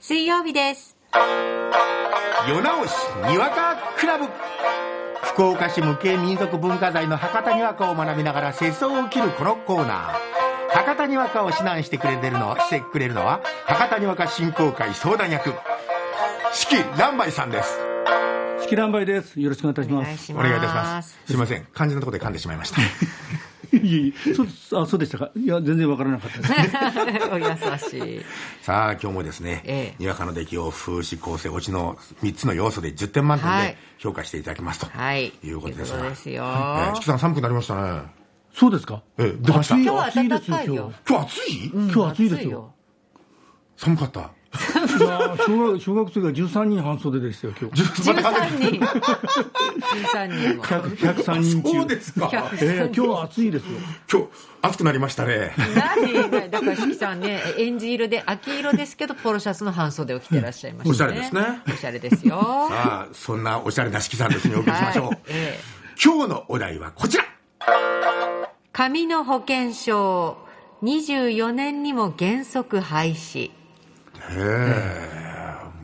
水曜日です。夜直しにわかクラブ福岡市無形民俗文化財の博多にわかを学びながら世相を切るこのコーナー博多にわかを指南してくれてるのしてくれるのは博多にわか振興会相談役四季乱梅さんです好き乱梅です。よろしくお願いいたしおま願いします。お願いす。いたしますすいません肝心なところで噛んでしまいましたいえいえそうあそうでしたか。いや、全然わからなかったで す。おりますし。さあ今日もですね、ええにわかの出来を風刺構成落ちの3つの要素で10点満点はでい評価していただきますと、はい。いうことですがというですよ。えー四季さん寒くなりましたねそうですか。ええ出ました暑い今日は暖暑いでかすいよよ。今日暑い、今日今日暑いですよ。。寒かったいやー小学小学生が13人半袖でしたよ、今日。十三人。十三人も。 100 103人中。そうですか。えー今日は暑いですよ。今日暑くなりました ね。何だから四季さんね、ええんじ色で秋色ですけど、ポロシャツの半袖を着てらっしゃいましたね。おしゃれですねおしゃれですよ。はああ、そんなおしゃれな式さんと一緒にお送りしましょう。い。ええ今日のお題はこちら。紙の保険証24年にも原則廃止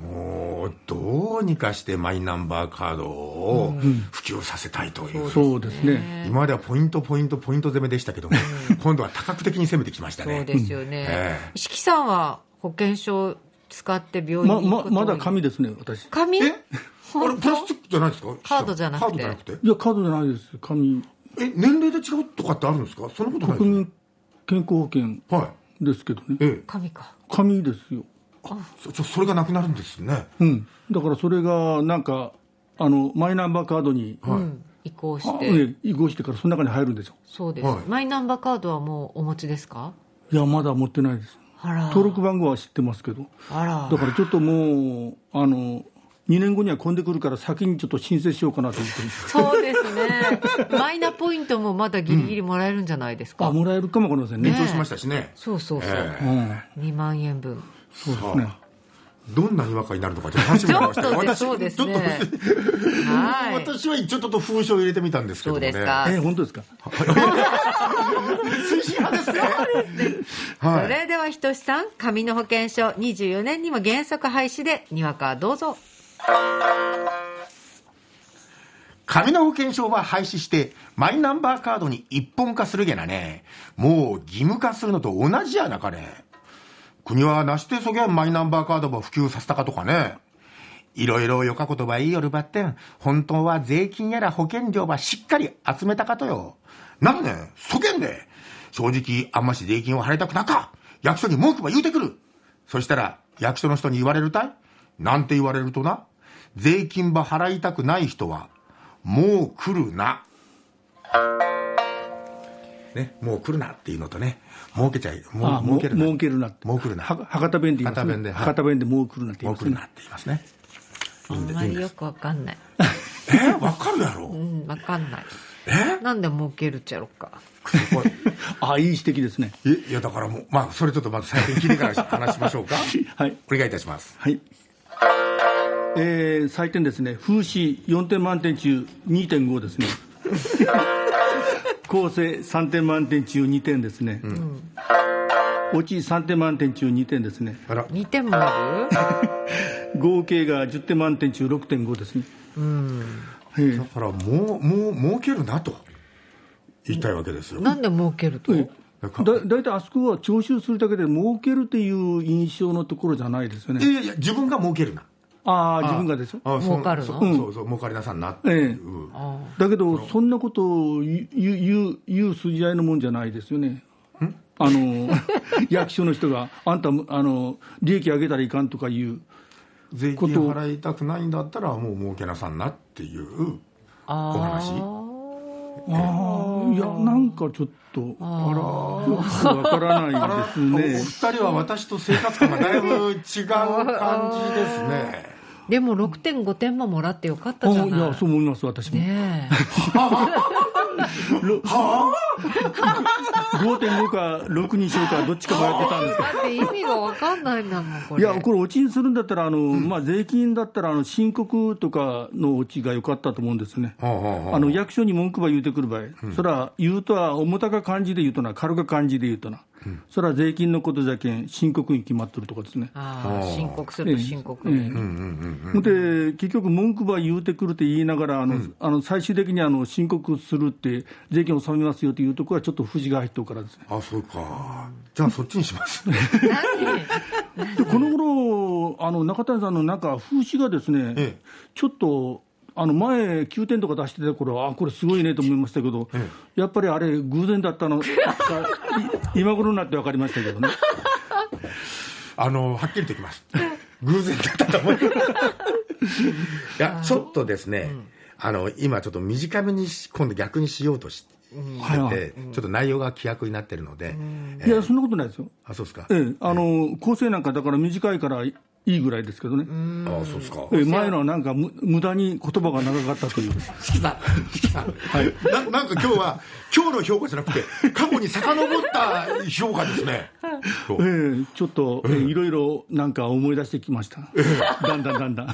もうどうにかしてマイナンバーカードを普及させたいという。そうですね。今まではポイントポイントポイント攻めでしたけども、今度は多角的に攻めてきましたね。そうですよねええ四季、さんは保険証使って病ま、院に行ま、くことまだ多い紙ですね、私。い紙えあれ本プラス当チックじゃないですかカードじゃなくてカードじゃなくてや、カードじゃないです。紙。え、年齢で違うとかってあるんですかそんなことないで国す民健康保険かはい。ですけどね。ええ紙か紙ですよ。そそそれがなくなるんですね。うん。だからそれが、なんか、あの、マイナンバーカードに、うん移行あして、ええ移行してからその中に入るんですよ。そうです、はいマイナンバーカードはもうお持ちですかいや、まだ持ってないです。あら登録番号は知ってますけど。あらだからちょっともう、あの、2年後には混んでくるから先にちょっと申請しようかなと思ってますそうですね マイナポイントもまだギリギリもらえるんじゃないですか、あ、もらえるかもわかりませんね。延長しましたしね。そうそうそう、ええうん。 2万円分そうですね。どんな違和感になるのかちょっと楽しみになりましたちょっとね私そうですねちょっとはい私は一応ちょっと封書を入れてみたんですけどそうもねですか、え、本当ですか推進派ですねはそいれではひとしさん紙の保険証24年にも原則廃止でにわかはどうぞ紙の保険証は廃止してマイナンバーカードに一本化するげなねもう義務化するのと同じやなかね国はなしてそげんマイナンバーカードも普及させたかとかねいろいろよかことばいいよるばってん本当は税金やら保険料ばしっかり集めたかとよなんねんそげんで正直あんまし税金を払いたくなか役所に文句ば言うてくるそしたら役所の人に言われるたいなんて言われるとな税金ば払いたくない人はもう来るなね、もう来るなっていうのとね儲けちゃいもあ、う儲もうけるな儲けるなって。儲けるなは博多弁で言います博多弁でね。はい博多弁で儲けるなって言もういま来する ねな。って言いますねあんまりよくわかんないえーわかるやろうんわかんないえなんで儲けるっちゃろうかこれあ、いい指摘ですね。え いやだからもうまあそれちょっとまず最初に聞いてから話しまし ょうかはい。お願いいたしますはい。えー、採点ですね。風刺4点満点中2.5ですね。 構成3点満点中2点ですね。落ち3点満点中2点ですね。あら2点もある合計が10点満点中6.5ですね。うん。だからもうもう儲けるなと言いたいわけですよなんで儲けるとなんかだ大体あそこは徴収するだけで儲けるっていう印象のところじゃないですよいやね、いやいや自分が儲けるなああ、自分がでしょ、あそ儲かるのそそうそう儲かりなさんなっていう、あだけど、そんなことを言う言う言う筋合いのもんじゃないですよね、あの 役所の人が、あんたあの、利益上げたらいかんとかいう、税こ金と払いたくないんだったらもう儲けなさんなっていうあお話ああ、いや、なんかちょっと、あら、わからないですお ね二。人は私と生活感がだいぶ違う感じですねでも6.5点ももらってよかっあたじゃいないや、そう思います、私も。 ね5.5か6にしようか、どっちか迷ってたんですけどえだって意味がわかんないんだもんこいれや、これ、落ちにするんだったら、あのまあ、税金だったらあの、申告とかの落ちが良かったと思うんですね、ほうほうほうあの役所に文句ば言うてくる場合、それは言うとは重たか感じで言うとな、軽か感じで言うとな、それは税金のことじゃけん、申告に決まってるとかですね。ああ申告すると申告、ええで結局、文句ば言うてくるって言いながら、あのあの最終的にあの申告するって、税金納めますよっていうところは、ちょっと節が入っとるからですね、あそうかじゃあそっちにしますでこの頃あの中谷さんのなんか、風刺がですね、ええちょっとあの前、9点とか出してた頃は、あこれすごいねと思いましたけど、やっぱりあれ、偶然だっ たのがい今頃になって分かりましたけどね。あのはっきりときます偶然だったと 思いますいやちょっとですね、あの今ちょっと短めにし今度逆にしようとしはいしはていて、ちょっと内容が規約になってるので、えいや、そんなことないですよ。あそうですか、ええ、あの構成なんかだから短いからいいぐらいですけどね、あそうですか、ええ前のはなんかむ無駄に言葉が長かったと いう、四季さん、四季さん、ななんか今日は、今日の評価じゃなくて、過去に遡った評価ですね。そうええ、ちょっと、ええいろいろなんか思い出してきました、だんだんだんだん、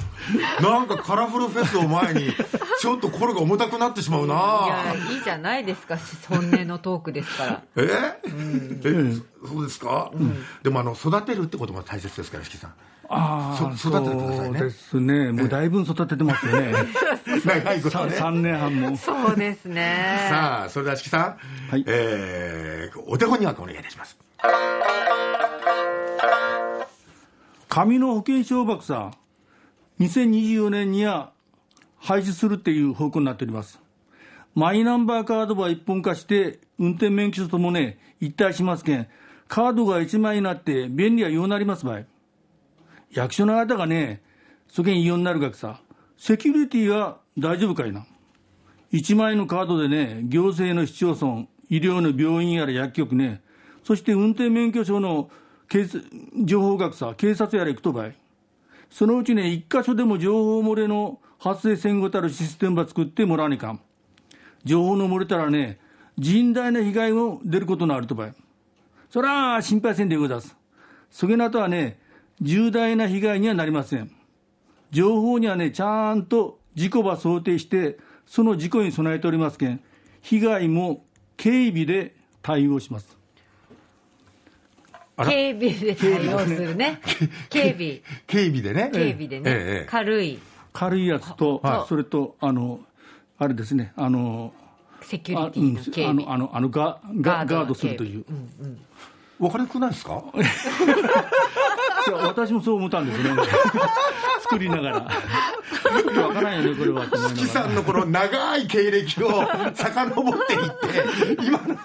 なんかカラフルフェスを前に、ちょっと心が重たくなってしまういなやいいじゃないですか本音のトークです からええそそうですか、でもあの育てるってことも大切ですから、四季さん。ああ、そ育ててくださいねそうですね、もうだいぶん育ててます よね、長いことさね。 3年半も、そうですねさあ、それでは四季さん、はいえーお手本にはお願いいたします。紙の保険証爆さ、2024年には廃止するっていう方向になっております。マイナンバーカードは一本化して、運転免許証ともね、一体しますけん、カードが一枚になって便利はようなりますばい。役所の方がね、そげん異様になるがくさ、セキュリティは大丈夫かいな。一枚のカードでね、行政の市町村、医療の病院やら薬局ね、そして運転免許証の警察情報学さ、警察やら行くとばい。そのうちね、一箇所でも情報漏れの発生せんごたるシステムば作ってもらわにかん。情報の漏れたらね、甚大な被害も出ることのあるとばい。そら、心配せんでございます。そげなとはね、重大な被害にはなりません。情報にはね、ちゃんと事故ば想定して、その事故に備えておりますけん、被害も警備で対応します。警備で対応するね警備警備でね。警備でね、ええええ軽い軽いやつと、はいそれと、あの、あれですね、あの、セキュあリテうィんの警あ備の、あの、あのガガガードのす警ると備いう。わかりにくくないですかいや私もそう思ったんですね。 作りながら。ちょっとわからんよね、これは。と思いな木がらさんのこの長い経歴を 遡っていって、今の、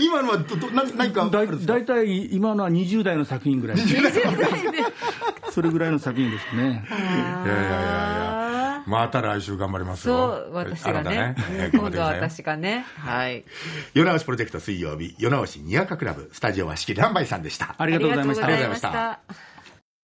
今のはど、ど、な何かだあいるんですか大体今のは20代の作品ぐらい それぐらいの作品ですねいやいやいやいや。また来週頑張りますよ。そう私があなねたね。今度は頑張ってくださいよ私がねはい 夜直しプロジェクト水曜日、夜直しにわかクラブ、スタジオは四季乱梅さんでした。ありがとうございましたありがとうございましたありがとうございました